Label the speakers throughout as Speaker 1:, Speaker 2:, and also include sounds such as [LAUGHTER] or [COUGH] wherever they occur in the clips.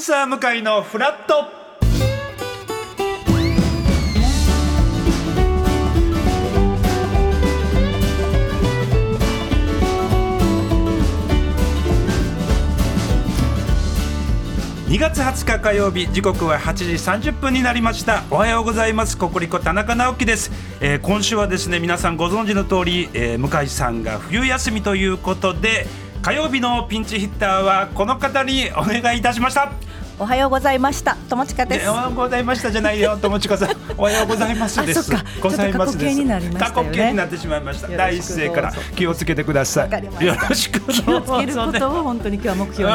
Speaker 1: サー向井のフラット2月20日火曜日時刻は8時30分になりましたおはようございますココリコ田中直樹です、えー今週はですね皆さんご存知の通り、えー向井さんが冬休みということで火曜日のピンチヒッターはこの方にお願いいたしました
Speaker 2: おはようございました。友近です。
Speaker 1: おはようございましたじゃないよ友近さん
Speaker 2: [LAUGHS]
Speaker 1: おはようございますです
Speaker 2: あそっか
Speaker 1: ございます
Speaker 2: ちょっと過去形になりましたよね
Speaker 1: 過去形になってしまいました
Speaker 2: よろしく
Speaker 1: 第一声から
Speaker 2: どうぞ
Speaker 1: 気をつけてくださ
Speaker 2: わかりまし
Speaker 1: い
Speaker 2: た
Speaker 1: よろしく
Speaker 2: 気をつけるこ
Speaker 1: どう
Speaker 2: と
Speaker 1: ぞね
Speaker 2: を本当に今日は目標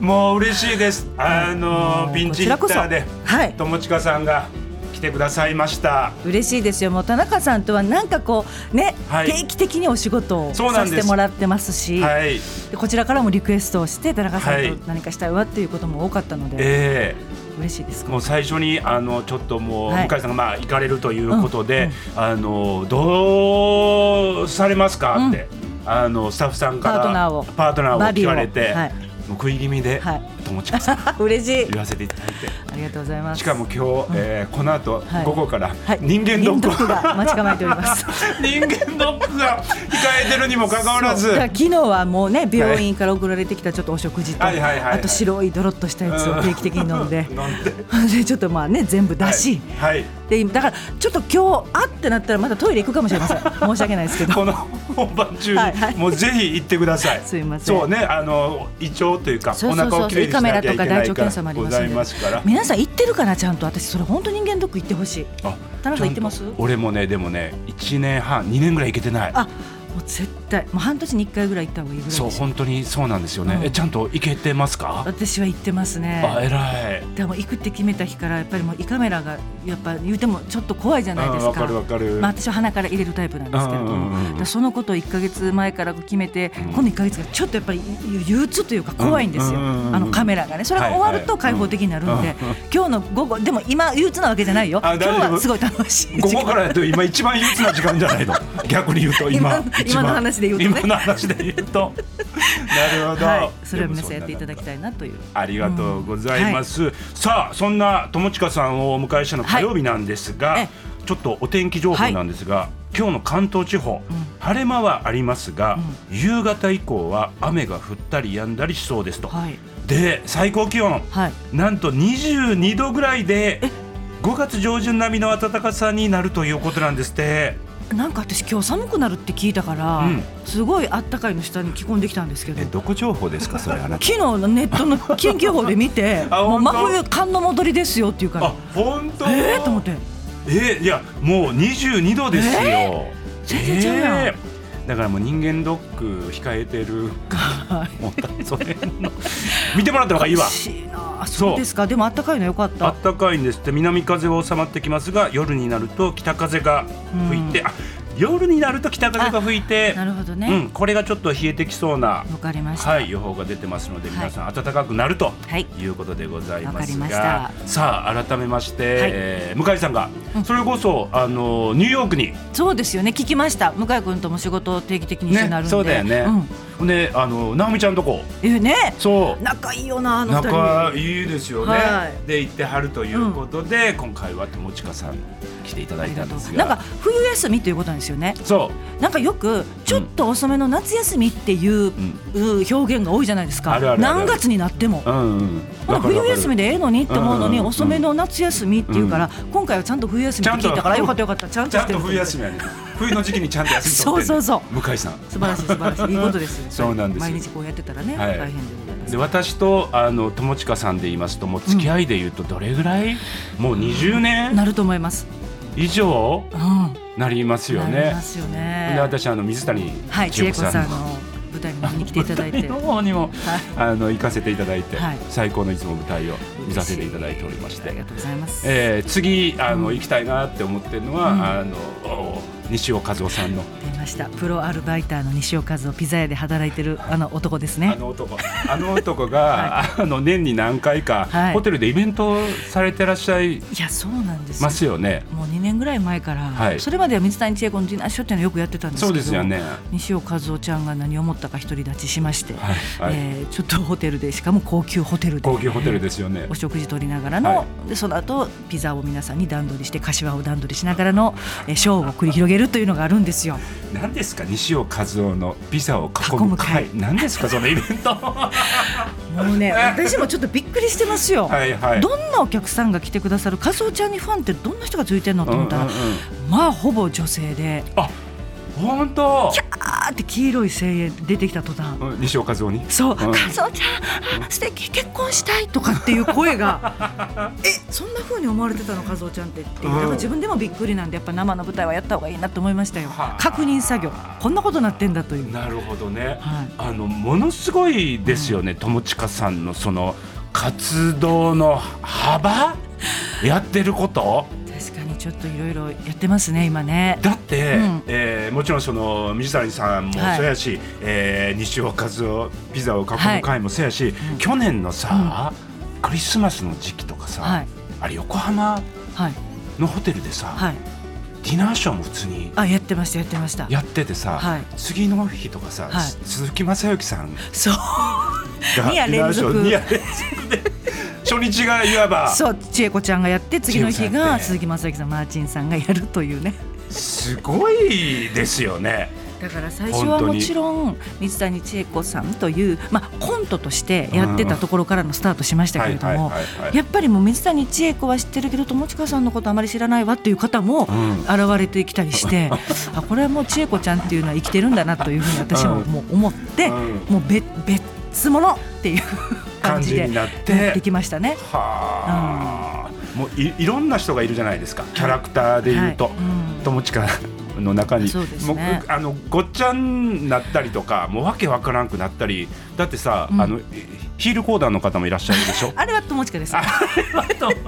Speaker 2: に。
Speaker 1: もう嬉しいですあの
Speaker 2: もう
Speaker 1: ピンチヒッターで
Speaker 2: こちらこそはい
Speaker 1: 友近さんが来てくださいました
Speaker 2: 嬉しいですよ。もう田中さんとはなんかこうね、
Speaker 1: はい
Speaker 2: 定期的にお仕事を
Speaker 1: そうな
Speaker 2: さ
Speaker 1: ん
Speaker 2: せ
Speaker 1: です
Speaker 2: てもらってますし、
Speaker 1: はい
Speaker 2: でこちらからもリクエストをして田中さ
Speaker 1: はい
Speaker 2: んと何かしたいわっていうことも多かったので、
Speaker 1: え
Speaker 2: 嬉しいです
Speaker 1: え。もう最初にあのちょっともう
Speaker 2: はい
Speaker 1: 向井さんがまあ行かれるということで、あのどうされますかって、あのスタッフさんから
Speaker 2: パートナーを
Speaker 1: パートナーを
Speaker 2: バディ
Speaker 1: 聞
Speaker 2: を
Speaker 1: かれて、
Speaker 2: はい
Speaker 1: もう食い気味で、
Speaker 2: はい
Speaker 1: 友近さん
Speaker 2: [LAUGHS] 嬉しい。
Speaker 1: 言わせていただいて。
Speaker 2: ありがとうございます。
Speaker 1: しかも今日、えーこの後、
Speaker 2: はい
Speaker 1: 午後から
Speaker 2: はい
Speaker 1: 人間ドック、
Speaker 2: 人間ドックが待ち構えております
Speaker 1: [LAUGHS] 人間ドックが控えてるにもかかわらず
Speaker 2: そうだから昨日はもうね病院から送られてきたちょっとお食事と、
Speaker 1: はいはいはいはい
Speaker 2: あと白いドロッとしたやつを定期的に飲んで
Speaker 1: う [LAUGHS] 飲んで
Speaker 2: [LAUGHS] でちょっとまあね全部出し、
Speaker 1: はい、はい
Speaker 2: で今だからちょっと今日あってなったらまたトイレ行くかもし
Speaker 1: [LAUGHS]
Speaker 2: れません申し訳ないですけど
Speaker 1: この本番中に、
Speaker 2: はいはい
Speaker 1: もうぜひ行ってください。
Speaker 2: すいません
Speaker 1: そうね、あの胃腸というか、
Speaker 2: そうそ
Speaker 1: お
Speaker 2: う
Speaker 1: 腹
Speaker 2: そ
Speaker 1: を
Speaker 2: う
Speaker 1: き
Speaker 2: そう
Speaker 1: れい
Speaker 2: 胃
Speaker 1: にし
Speaker 2: カ
Speaker 1: なき
Speaker 2: メ
Speaker 1: ゃ
Speaker 2: ラ
Speaker 1: いけ
Speaker 2: とか
Speaker 1: ないか
Speaker 2: 大腸検査
Speaker 1: ら
Speaker 2: もあり
Speaker 1: ご
Speaker 2: ます
Speaker 1: ざい
Speaker 2: んで
Speaker 1: ますから。
Speaker 2: 皆さん行ってるかなちゃんと私それ本当人間ドック行ってほしい
Speaker 1: あ
Speaker 2: 田中さん行ってます
Speaker 1: ちゃんと俺もね、でもね、一年半、二年ぐらい行けてない。
Speaker 2: あもう絶対もう半年に1回ぐらい行った方がいいぐらい
Speaker 1: そう、
Speaker 2: ですよ
Speaker 1: 本当にそうなんですよね。
Speaker 2: うん
Speaker 1: え、ちゃんと行けてますか。
Speaker 2: 私は行ってます
Speaker 1: あ、
Speaker 2: ね
Speaker 1: 偉い。
Speaker 2: でも行くって決めた日からやっぱりもう胃カメラがやっぱ言うてもちょっと怖いじゃないです
Speaker 1: うん
Speaker 2: か
Speaker 1: わかるわかる
Speaker 2: まあ、私は鼻から入れるタイプなんですけれど
Speaker 1: うんうん
Speaker 2: も、
Speaker 1: うんうん
Speaker 2: だからそのことを1か月前から決めて、
Speaker 1: ん
Speaker 2: この1か月がちょっとやっぱり憂鬱というか怖いんですよ、
Speaker 1: うんうんうんうん
Speaker 2: あのカメラがねそれが終わると開放的になるんで、
Speaker 1: はいはい
Speaker 2: 今日の午後でも今憂鬱なわけじゃないよ
Speaker 1: あ
Speaker 2: 今
Speaker 1: 大
Speaker 2: 日
Speaker 1: 丈夫
Speaker 2: はすごい楽しい
Speaker 1: 午
Speaker 2: 時
Speaker 1: 後
Speaker 2: 間
Speaker 1: からだと今一番憂鬱な時間じゃないの逆に言うと今
Speaker 2: 今
Speaker 1: 一番
Speaker 2: 今の話で言うとね
Speaker 1: 今の話で言うとなるほど、
Speaker 2: はい、それを皆さんやっていただき
Speaker 1: い
Speaker 2: たいなという
Speaker 1: ありがとうございます、さあそんな友近さんをお迎えしたの火曜日なんですが、
Speaker 2: はいえ
Speaker 1: ちょっとお天気情報なんですが、今日の関東地方、晴れ間はありますが、夕方以降は雨が降ったり止んだりしそうですと、
Speaker 2: はい
Speaker 1: で最高気温、
Speaker 2: はい
Speaker 1: なんと22度ぐらいで5月上旬並みの暖かさになるということなんですって。
Speaker 2: なんか私今日寒くなるって聞いたから、
Speaker 1: うん
Speaker 2: すごいあったかいの下に着込んできたんですけど
Speaker 3: えどこ情報ですかそれあなた
Speaker 2: 昨日のネットの天気予報で見て
Speaker 1: あ
Speaker 2: もう
Speaker 1: 本当
Speaker 2: 真冬寒の戻りですよっていうから
Speaker 1: あ、本当。
Speaker 2: えーと思って。
Speaker 1: えいやもう22度ですよ。
Speaker 2: 全然ちゃうやん
Speaker 1: えーだからもう人間ドック控えてるから、もうそれの見てもらった方がいいわ
Speaker 2: 嬉。しいなあ
Speaker 1: そう
Speaker 2: そうですかでもあったかいのよかっ
Speaker 1: あ
Speaker 2: た
Speaker 1: ったかいんですって南風は収まってきますが夜になると北風が吹いて、あ夜になると北風が吹いて
Speaker 2: なるほど
Speaker 1: う
Speaker 2: ね
Speaker 1: ん、これがちょっと冷えてきそうな
Speaker 2: わかりました
Speaker 1: はい、予報が出てますので、
Speaker 2: はい
Speaker 1: 皆さん暖かくなると
Speaker 2: はい
Speaker 1: いうことでござい
Speaker 2: わ
Speaker 1: ま
Speaker 2: かり
Speaker 1: す
Speaker 2: まし
Speaker 1: が
Speaker 2: た、
Speaker 1: さあ改めまして、
Speaker 2: はい
Speaker 1: えー向井さんが、それこそあのニューヨークに
Speaker 2: そうですよね聞きました向井君とも仕事を定期的に一緒にな
Speaker 1: ね
Speaker 2: るんで
Speaker 1: そうだよね、ねあの直美ちゃんとこ
Speaker 2: うんえね
Speaker 1: そう
Speaker 2: 仲いいよなあの二人
Speaker 1: 仲いいですよね、
Speaker 2: は
Speaker 1: で行ってはるということで、今回は友近さん来ていただ
Speaker 2: あ
Speaker 1: い
Speaker 2: り
Speaker 1: た
Speaker 2: が
Speaker 1: ん
Speaker 2: と
Speaker 1: で
Speaker 2: う
Speaker 1: すが
Speaker 2: なんか冬休みということなんですよね
Speaker 1: そ
Speaker 2: なんかよくちょっと遅めの夏休みっていうう表現が多いじゃないですか
Speaker 1: あるあるある
Speaker 2: 何月になっても
Speaker 1: う、うんうん、
Speaker 2: ほな冬休み
Speaker 1: で
Speaker 2: でええのにって思うの
Speaker 1: う
Speaker 2: に
Speaker 1: んうんうん
Speaker 2: 遅めの夏休みっていうから今回はちゃんと冬休みって聞いたから
Speaker 1: ちゃんと
Speaker 2: よかったよかったちゃん
Speaker 1: ち
Speaker 2: と
Speaker 1: ゃ
Speaker 2: し
Speaker 1: ん
Speaker 2: て
Speaker 1: と
Speaker 2: る
Speaker 1: 冬休みやね冬の時期にちゃんと休み取ってんね
Speaker 2: [LAUGHS] そうそう
Speaker 1: 向井さん
Speaker 2: 素晴らしい素晴らし
Speaker 1: [LAUGHS]
Speaker 2: いいいことですよ
Speaker 1: そうなんですよ
Speaker 2: 毎日こうやってたらね、
Speaker 1: はい
Speaker 2: 大変でございます
Speaker 1: で私とあの友近さんで言いますともう付き合いで言うとどれぐらい、もう20年
Speaker 2: なると思います
Speaker 1: 以上
Speaker 2: うん
Speaker 1: なりますよ
Speaker 2: なり
Speaker 1: ね
Speaker 2: ま。すよ
Speaker 1: で
Speaker 2: ね
Speaker 1: 私あの水谷
Speaker 2: はい
Speaker 1: 千
Speaker 2: 千
Speaker 1: 恵
Speaker 2: 恵
Speaker 1: 子
Speaker 2: 子
Speaker 1: さん
Speaker 2: さん
Speaker 1: の
Speaker 2: の舞台に見に来てい
Speaker 1: [LAUGHS]
Speaker 2: ただいて
Speaker 1: の方にも
Speaker 2: はい
Speaker 1: あの行かせていただいて、
Speaker 2: はい
Speaker 1: 最高のいつも舞台を見させていただいておりまし
Speaker 2: ありが
Speaker 1: て、
Speaker 2: とうございます、
Speaker 1: えー次あの、
Speaker 2: うん
Speaker 1: 行きたいなって思ってるのは、
Speaker 2: うん
Speaker 1: あのお西尾和夫さんの
Speaker 2: 出ましたプロアルバイターの西尾和夫ピザ屋で働いてるあの男です
Speaker 1: あ
Speaker 2: ね
Speaker 1: の男あの男
Speaker 2: [LAUGHS]
Speaker 1: が、あの年に何回か、
Speaker 2: はい
Speaker 1: ホテルでイベントをされてらっしゃい
Speaker 2: いやそうなんですよ
Speaker 1: ますよね。
Speaker 2: もう2年ぐらい前から、
Speaker 1: はい
Speaker 2: それまでは水谷千恵子のディナーショーっていうのをよくやってたんですけ
Speaker 1: そ
Speaker 2: ど
Speaker 1: うですよね。
Speaker 2: 西尾和夫ちゃんが何を思ったか独り立ちしまして、
Speaker 1: はいはい
Speaker 2: えーちょっとホテルでしかも高級ホテルで
Speaker 1: 高級ホテルですよね
Speaker 2: お。食事取りながらの、
Speaker 1: は
Speaker 2: でその後ピザを皆さんに段取りして柏を段取りしながらの、えーショーを繰り広げるというのがあるんですよ。
Speaker 1: 何ですか西尾和夫のピザを囲
Speaker 2: 囲
Speaker 1: む
Speaker 2: む会
Speaker 1: 会。何ですかそのイベン
Speaker 2: [LAUGHS]
Speaker 1: ト。は [LAUGHS]
Speaker 2: もうね私もちょっとびっくりしてますよ。
Speaker 1: いはい。
Speaker 2: どんなお客さんが来てくださる和夫ちゃんにファンってどんな人がついてるのと思ったら、
Speaker 1: うんうんうん
Speaker 2: まあほぼ女性で
Speaker 1: あ本当。
Speaker 2: あーって黄色い声援出てきた途端
Speaker 1: うん西尾和夫に。
Speaker 2: そう、
Speaker 1: ん
Speaker 2: 和夫ちゃんあ素敵結婚したいとかっていう声が [LAUGHS] えそんな風に思われてたの和夫ちゃんってっていうだから自分でもびっくりなんでやっぱ生の舞台はやった方がいいなと思いましたよ
Speaker 1: はあ
Speaker 2: 確認作業こんなことなってんだという
Speaker 1: なるほどね。
Speaker 2: はい
Speaker 1: あのものすごいですよね、友近さんのその活動の幅やってること
Speaker 2: 確かにちょっといろいろやってますね今ね
Speaker 1: だって、
Speaker 2: うん
Speaker 1: えーもちろんその水谷さんも
Speaker 2: はい
Speaker 1: そうやし、えー西尾和夫ピザを囲む会もそうやし、
Speaker 2: うん
Speaker 1: 去年のさ、クリスマスの時期とかさ、
Speaker 2: はい
Speaker 1: あれ横浜
Speaker 2: はい
Speaker 1: のホテルでさ、
Speaker 2: はい
Speaker 1: ディナーショーも普通に
Speaker 2: あやってましたやってました
Speaker 1: やっててさ、
Speaker 2: はい
Speaker 1: 次の日とかさ、
Speaker 2: はい
Speaker 1: 鈴木雅之さん
Speaker 2: そう [LAUGHS]
Speaker 1: が
Speaker 2: 二夜連続
Speaker 1: ディナーショー二夜連続
Speaker 2: [LAUGHS]
Speaker 1: で初日がいわば
Speaker 2: そう千恵子ちゃんがやって次の日
Speaker 1: 千恵子さんっ
Speaker 2: が
Speaker 1: て
Speaker 2: 鈴木雅之さんマーチンさんがやるというね
Speaker 1: すごいですよね。
Speaker 2: だから最初はもちろん水谷千恵子さんという、まあ、コントとしてやってたところからのスタートしましたけれども
Speaker 1: はいはいはいはい
Speaker 2: やっぱりもう水谷千恵子は知ってるけど友近さんのことあまり知らないわっていう方も
Speaker 1: ん
Speaker 2: 現れてきたり
Speaker 1: [LAUGHS]
Speaker 2: して、あこれはもう千恵子ちゃんっていうのは生きてるんだなというふうに私も
Speaker 1: うん
Speaker 2: もう思って、
Speaker 1: うん
Speaker 2: もう別別物っていう
Speaker 1: 感
Speaker 2: 感じ
Speaker 1: じ
Speaker 2: で
Speaker 1: になって
Speaker 2: やってきましたね。
Speaker 1: はあ、もういいろんな人がいるじゃないですか、キャラクターでいうと、
Speaker 2: はいうん
Speaker 1: 友近の中に、
Speaker 2: そうです
Speaker 1: も
Speaker 2: ね
Speaker 1: うあのごっちゃになったりとか、もうわけわからんくなったり、だってさ、
Speaker 2: うん。
Speaker 1: あのヒールコーダーの方もいらっしゃるでしょ
Speaker 2: あれは友近です。
Speaker 1: あれは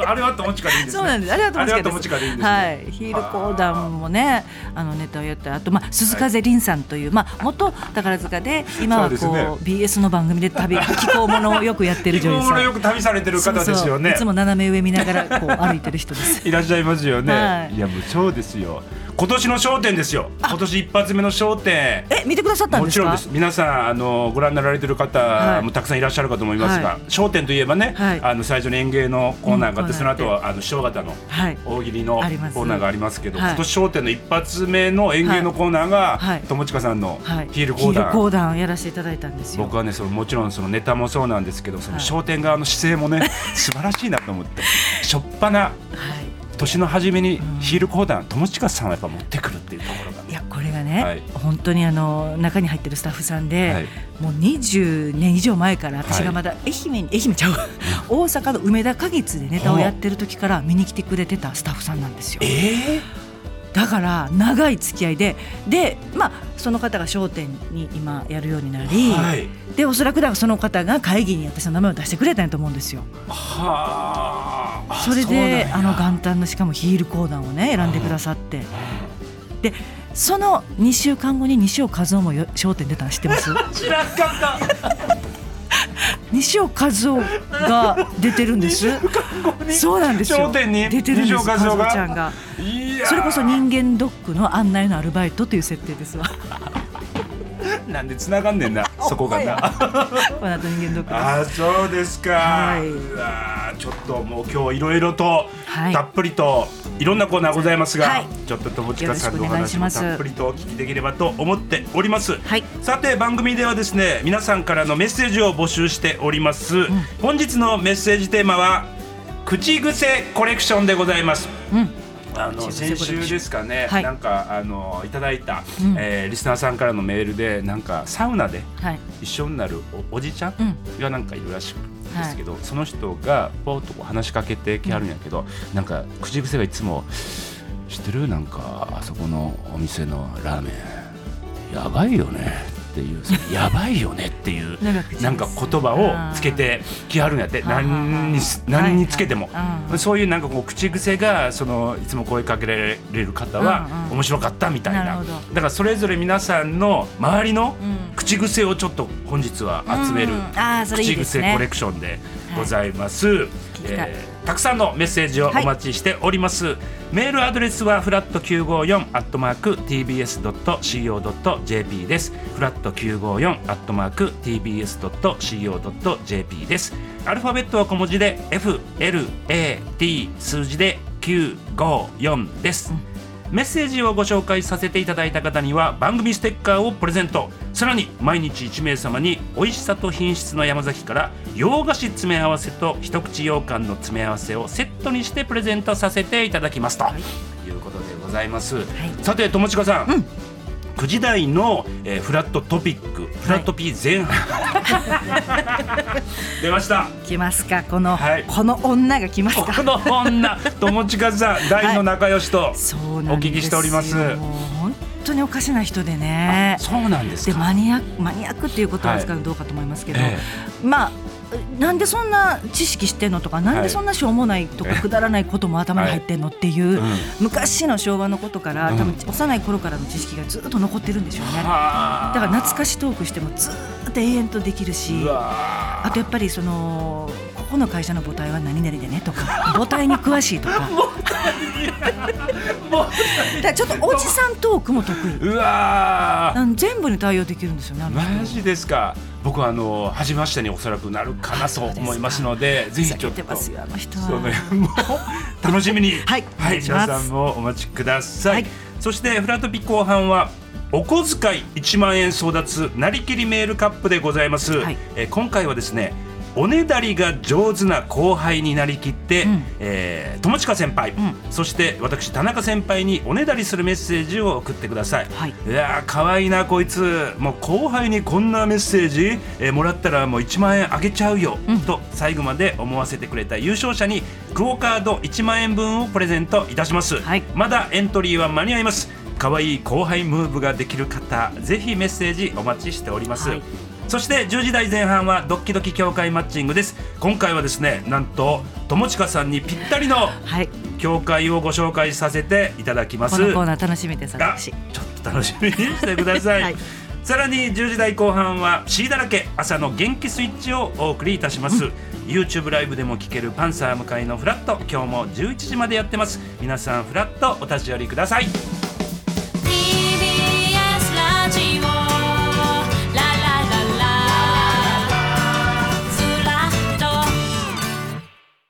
Speaker 1: あれは友近でいいんです
Speaker 2: そうなん
Speaker 1: ね。
Speaker 2: です。ありがとう
Speaker 1: あれは
Speaker 2: ご
Speaker 1: 友
Speaker 2: ざい
Speaker 1: 近でいいんですね。
Speaker 2: はい、ヒール講談もね、あのネタをやった、あとまあ鈴風凛さんという、まあ元宝塚で今はこう
Speaker 1: そうで
Speaker 2: BS の番組で旅気候ものをよくやってる
Speaker 1: 自
Speaker 2: 女優
Speaker 1: [LAUGHS] 分
Speaker 2: さ
Speaker 1: もよ
Speaker 2: ん。
Speaker 1: く旅されてる方ですよね。
Speaker 2: そうそういつも斜め上見ながらこう歩いてる
Speaker 1: [LAUGHS]
Speaker 2: 人です。
Speaker 1: いらっしゃいますよね。、
Speaker 2: はいい
Speaker 1: やもうそうですよ。今年の商点ですよ。今年一発目の商点。
Speaker 2: え、見てくださったん
Speaker 1: も
Speaker 2: で
Speaker 1: ち
Speaker 2: す
Speaker 1: ろんで
Speaker 2: か
Speaker 1: す。皆さんあのご覧になられてる
Speaker 2: は
Speaker 1: 方
Speaker 2: い
Speaker 1: もたくさんいらっしゃるかと思いますが、
Speaker 2: は
Speaker 1: 商店といえばね、
Speaker 2: はい
Speaker 1: あの最初に園芸のコーナーがあって、
Speaker 2: うん
Speaker 1: その後はあの師匠方の
Speaker 2: はい。
Speaker 1: 大喜利のコ
Speaker 2: あります
Speaker 1: ーナーがありますけど、
Speaker 2: はい
Speaker 1: 今年商店の一発目の園芸のコーナーが、
Speaker 2: はい
Speaker 1: 友近さんの
Speaker 2: はい。
Speaker 1: ヒールコーナー。
Speaker 2: ヒール講談をやらせていただいたんですよ。
Speaker 1: 僕はねそのもちろんそのネタもそうなんですけどその
Speaker 2: はい
Speaker 1: 商店側の姿勢もね、
Speaker 2: [LAUGHS]
Speaker 1: 素晴らしいなと思ってしょっぱな
Speaker 2: はい。
Speaker 1: 年の初めにヒール講談、友近さんはやっぱ持ってくるっていうところが
Speaker 2: い
Speaker 1: ね
Speaker 2: やこれがね、
Speaker 1: はい
Speaker 2: 本当にあの中に入ってるスタッフさんで、
Speaker 1: はい
Speaker 2: もう20年以上前から私がまだ愛媛に、愛媛ちゃう大阪の梅田花月でネタをやってる時から見に来てくれてたスタッフさんなんですよ
Speaker 1: え
Speaker 2: だから長い付き合いででまあその方が『笑点』に今やるようになり、
Speaker 1: ー、はい
Speaker 2: でおそらくだからその方が会議に私の名前を出してくれたんやと思うんですよ
Speaker 1: はあ
Speaker 2: それ
Speaker 1: うなん
Speaker 2: で
Speaker 1: や
Speaker 2: あの元旦のしかもヒール講談をね選んでくださってでその2週間後に西尾和夫もよ『笑点』出たの知ってます
Speaker 1: [LAUGHS] 知らんかった
Speaker 2: 西尾和夫が出てるんですそうなんですよ
Speaker 1: 笑点に
Speaker 2: 出てるんです
Speaker 1: 西尾和夫が
Speaker 2: ちゃんが
Speaker 1: いやー
Speaker 2: それこそ人間ドックの案内のアルバイトという設定ですわ
Speaker 1: [LAUGHS] なんで繋がんねんなそこがな
Speaker 2: この後人間ドックです
Speaker 1: あーそうですか、
Speaker 2: はいう
Speaker 1: わーちょっともう今日いろいろと、
Speaker 2: はい
Speaker 1: たっぷりといろんなコーナーございますが、
Speaker 2: はい
Speaker 1: ちょっと友近さんのお
Speaker 2: よ
Speaker 1: 話
Speaker 2: ろしくお願
Speaker 1: も
Speaker 2: いします
Speaker 1: たっぷりとお聞きできればと思っております、
Speaker 2: はい
Speaker 1: さて番組ではですね皆さんからのメッセージを募集しております、本日のメッセージテーマは口癖コレクションでございます
Speaker 2: うん
Speaker 1: あの
Speaker 2: 口癖コレ
Speaker 1: 先
Speaker 2: クション
Speaker 1: 週ですかね、
Speaker 2: はい
Speaker 1: なんかあのいただいた、えーリスナーさんからのメールでなんかサウナで
Speaker 2: はい
Speaker 1: 一緒になるおおじちゃんがなんかいるらしくですけど、その人がポーッとこう話しかけてきはるんやけど、なんか口癖がいつも「知ってるなんかあそこのお店のラーメンやばいよね」っていうそれやばいよねっていう
Speaker 2: 長口です
Speaker 1: なんか言葉をつけてきはるんやって
Speaker 2: あー
Speaker 1: 何にす
Speaker 2: はいはい
Speaker 1: 何につけても
Speaker 2: うんうん
Speaker 1: そういうなんかこう口癖がそのいつも声かけられる方は
Speaker 2: うんうん
Speaker 1: 面白かったみたいな
Speaker 2: なるほど
Speaker 1: だからそれぞれ皆さんの周りの
Speaker 2: うん
Speaker 1: 口癖をちょっと本日は集める
Speaker 2: うんあーそれいい
Speaker 1: 口
Speaker 2: です
Speaker 1: 癖
Speaker 2: ね
Speaker 1: コレクションでございます。
Speaker 2: 聞きたい
Speaker 1: ーたくさんのメッセージをお待ちしております、メールアドレスはフラット954アットマーク tbs.co.jp ですフラット954アットマーク tbs.co.jp ですアルファベットは小文字で FLAT 数字で954です、メッセージをご紹介させていただいた方には番組ステッカーをプレゼントさらに毎日1名様に美味しさと品質の山崎から洋菓子詰め合わせと一口羊羹の詰め合わせをセットにしてプレゼントさせていただきますと、い、うことでございます、さて友近さん、9時台の、えーフラットトピックフラットピー前半、 [LAUGHS] 出ました
Speaker 2: 来ますかこの、
Speaker 1: はい
Speaker 2: この女が来ます
Speaker 1: こ
Speaker 2: か
Speaker 1: の女友近さん大の仲良しと、
Speaker 2: そうなんですよ
Speaker 1: お聞きしております
Speaker 2: もう本当におかしな人でね
Speaker 1: そうなんです
Speaker 2: で
Speaker 1: か
Speaker 2: マニアマニアックっていうことを扱うのどうかと思いますけど、
Speaker 1: え
Speaker 2: まあなんでそんな知識知ってんのとかなんでそんなしょうもないとか
Speaker 1: ええ
Speaker 2: くだらないことも頭に入ってんのっていう、
Speaker 1: はいうん
Speaker 2: 昔の昭和のことから
Speaker 1: うん
Speaker 2: 多分幼い頃からの知識がずっと残ってるんでしょうねだか
Speaker 1: はあ
Speaker 2: ら懐かしトークしてもずっと永遠とできるし
Speaker 1: うわ
Speaker 2: あとやっぱりそのここの会社の母体は何々でねとか母体に詳し
Speaker 1: [LAUGHS]
Speaker 2: いとかだからちょっとおじさんトークも得意
Speaker 1: ーうわー
Speaker 2: なん全部に対応できるんですよねあの人
Speaker 1: マジですか僕はあの初めましてにおそらくなるかなと思いますのでぜ
Speaker 2: ふ
Speaker 1: ひ
Speaker 2: ざ
Speaker 1: ちょ
Speaker 2: け
Speaker 1: ってと
Speaker 2: ますよあの人は
Speaker 1: その辺も楽しみに、
Speaker 2: [LAUGHS] はいお願いしま
Speaker 1: 皆
Speaker 2: す
Speaker 1: さんもお待ちください、
Speaker 2: はい
Speaker 1: そしてフラトピ後半はお小遣い1万円争奪なりきりメールカップでございます、
Speaker 2: はい
Speaker 1: えー今回はですねおねだりが上手な後輩になりきって、
Speaker 2: うん
Speaker 1: えー友近先輩、
Speaker 2: ん
Speaker 1: そして私田中先輩におねだりするメッセージを送ってください、
Speaker 2: はい
Speaker 1: いやー可愛いなこいつもう後輩にこんなメッセージ、えーもらったらもう1万円あげちゃうよ、
Speaker 2: うん
Speaker 1: と最後まで思わせてくれた優勝者にクオカード1万円分をプレゼントいたします、
Speaker 2: はい
Speaker 1: まだエントリーは間に合います可愛い後輩ムーブができる方ぜひメッセージお待ちしております、
Speaker 2: はい
Speaker 1: そして10時台前半はドッキドキ協会マッチングです今回はですねなんと友近さんにぴったりの
Speaker 2: はい
Speaker 1: 協会をご紹介させていただきます
Speaker 2: このコーナー楽しみです
Speaker 1: あ
Speaker 2: 私
Speaker 1: ちょっと楽しみにしてください、
Speaker 2: [LAUGHS] はい
Speaker 1: さらに10時台後半は C だらけ朝の元気スイッチをお送りいたします、YouTube ライブでも聴けるパンサー向かいのフラット今日も11時までやってます皆さんフラットお立ち寄りください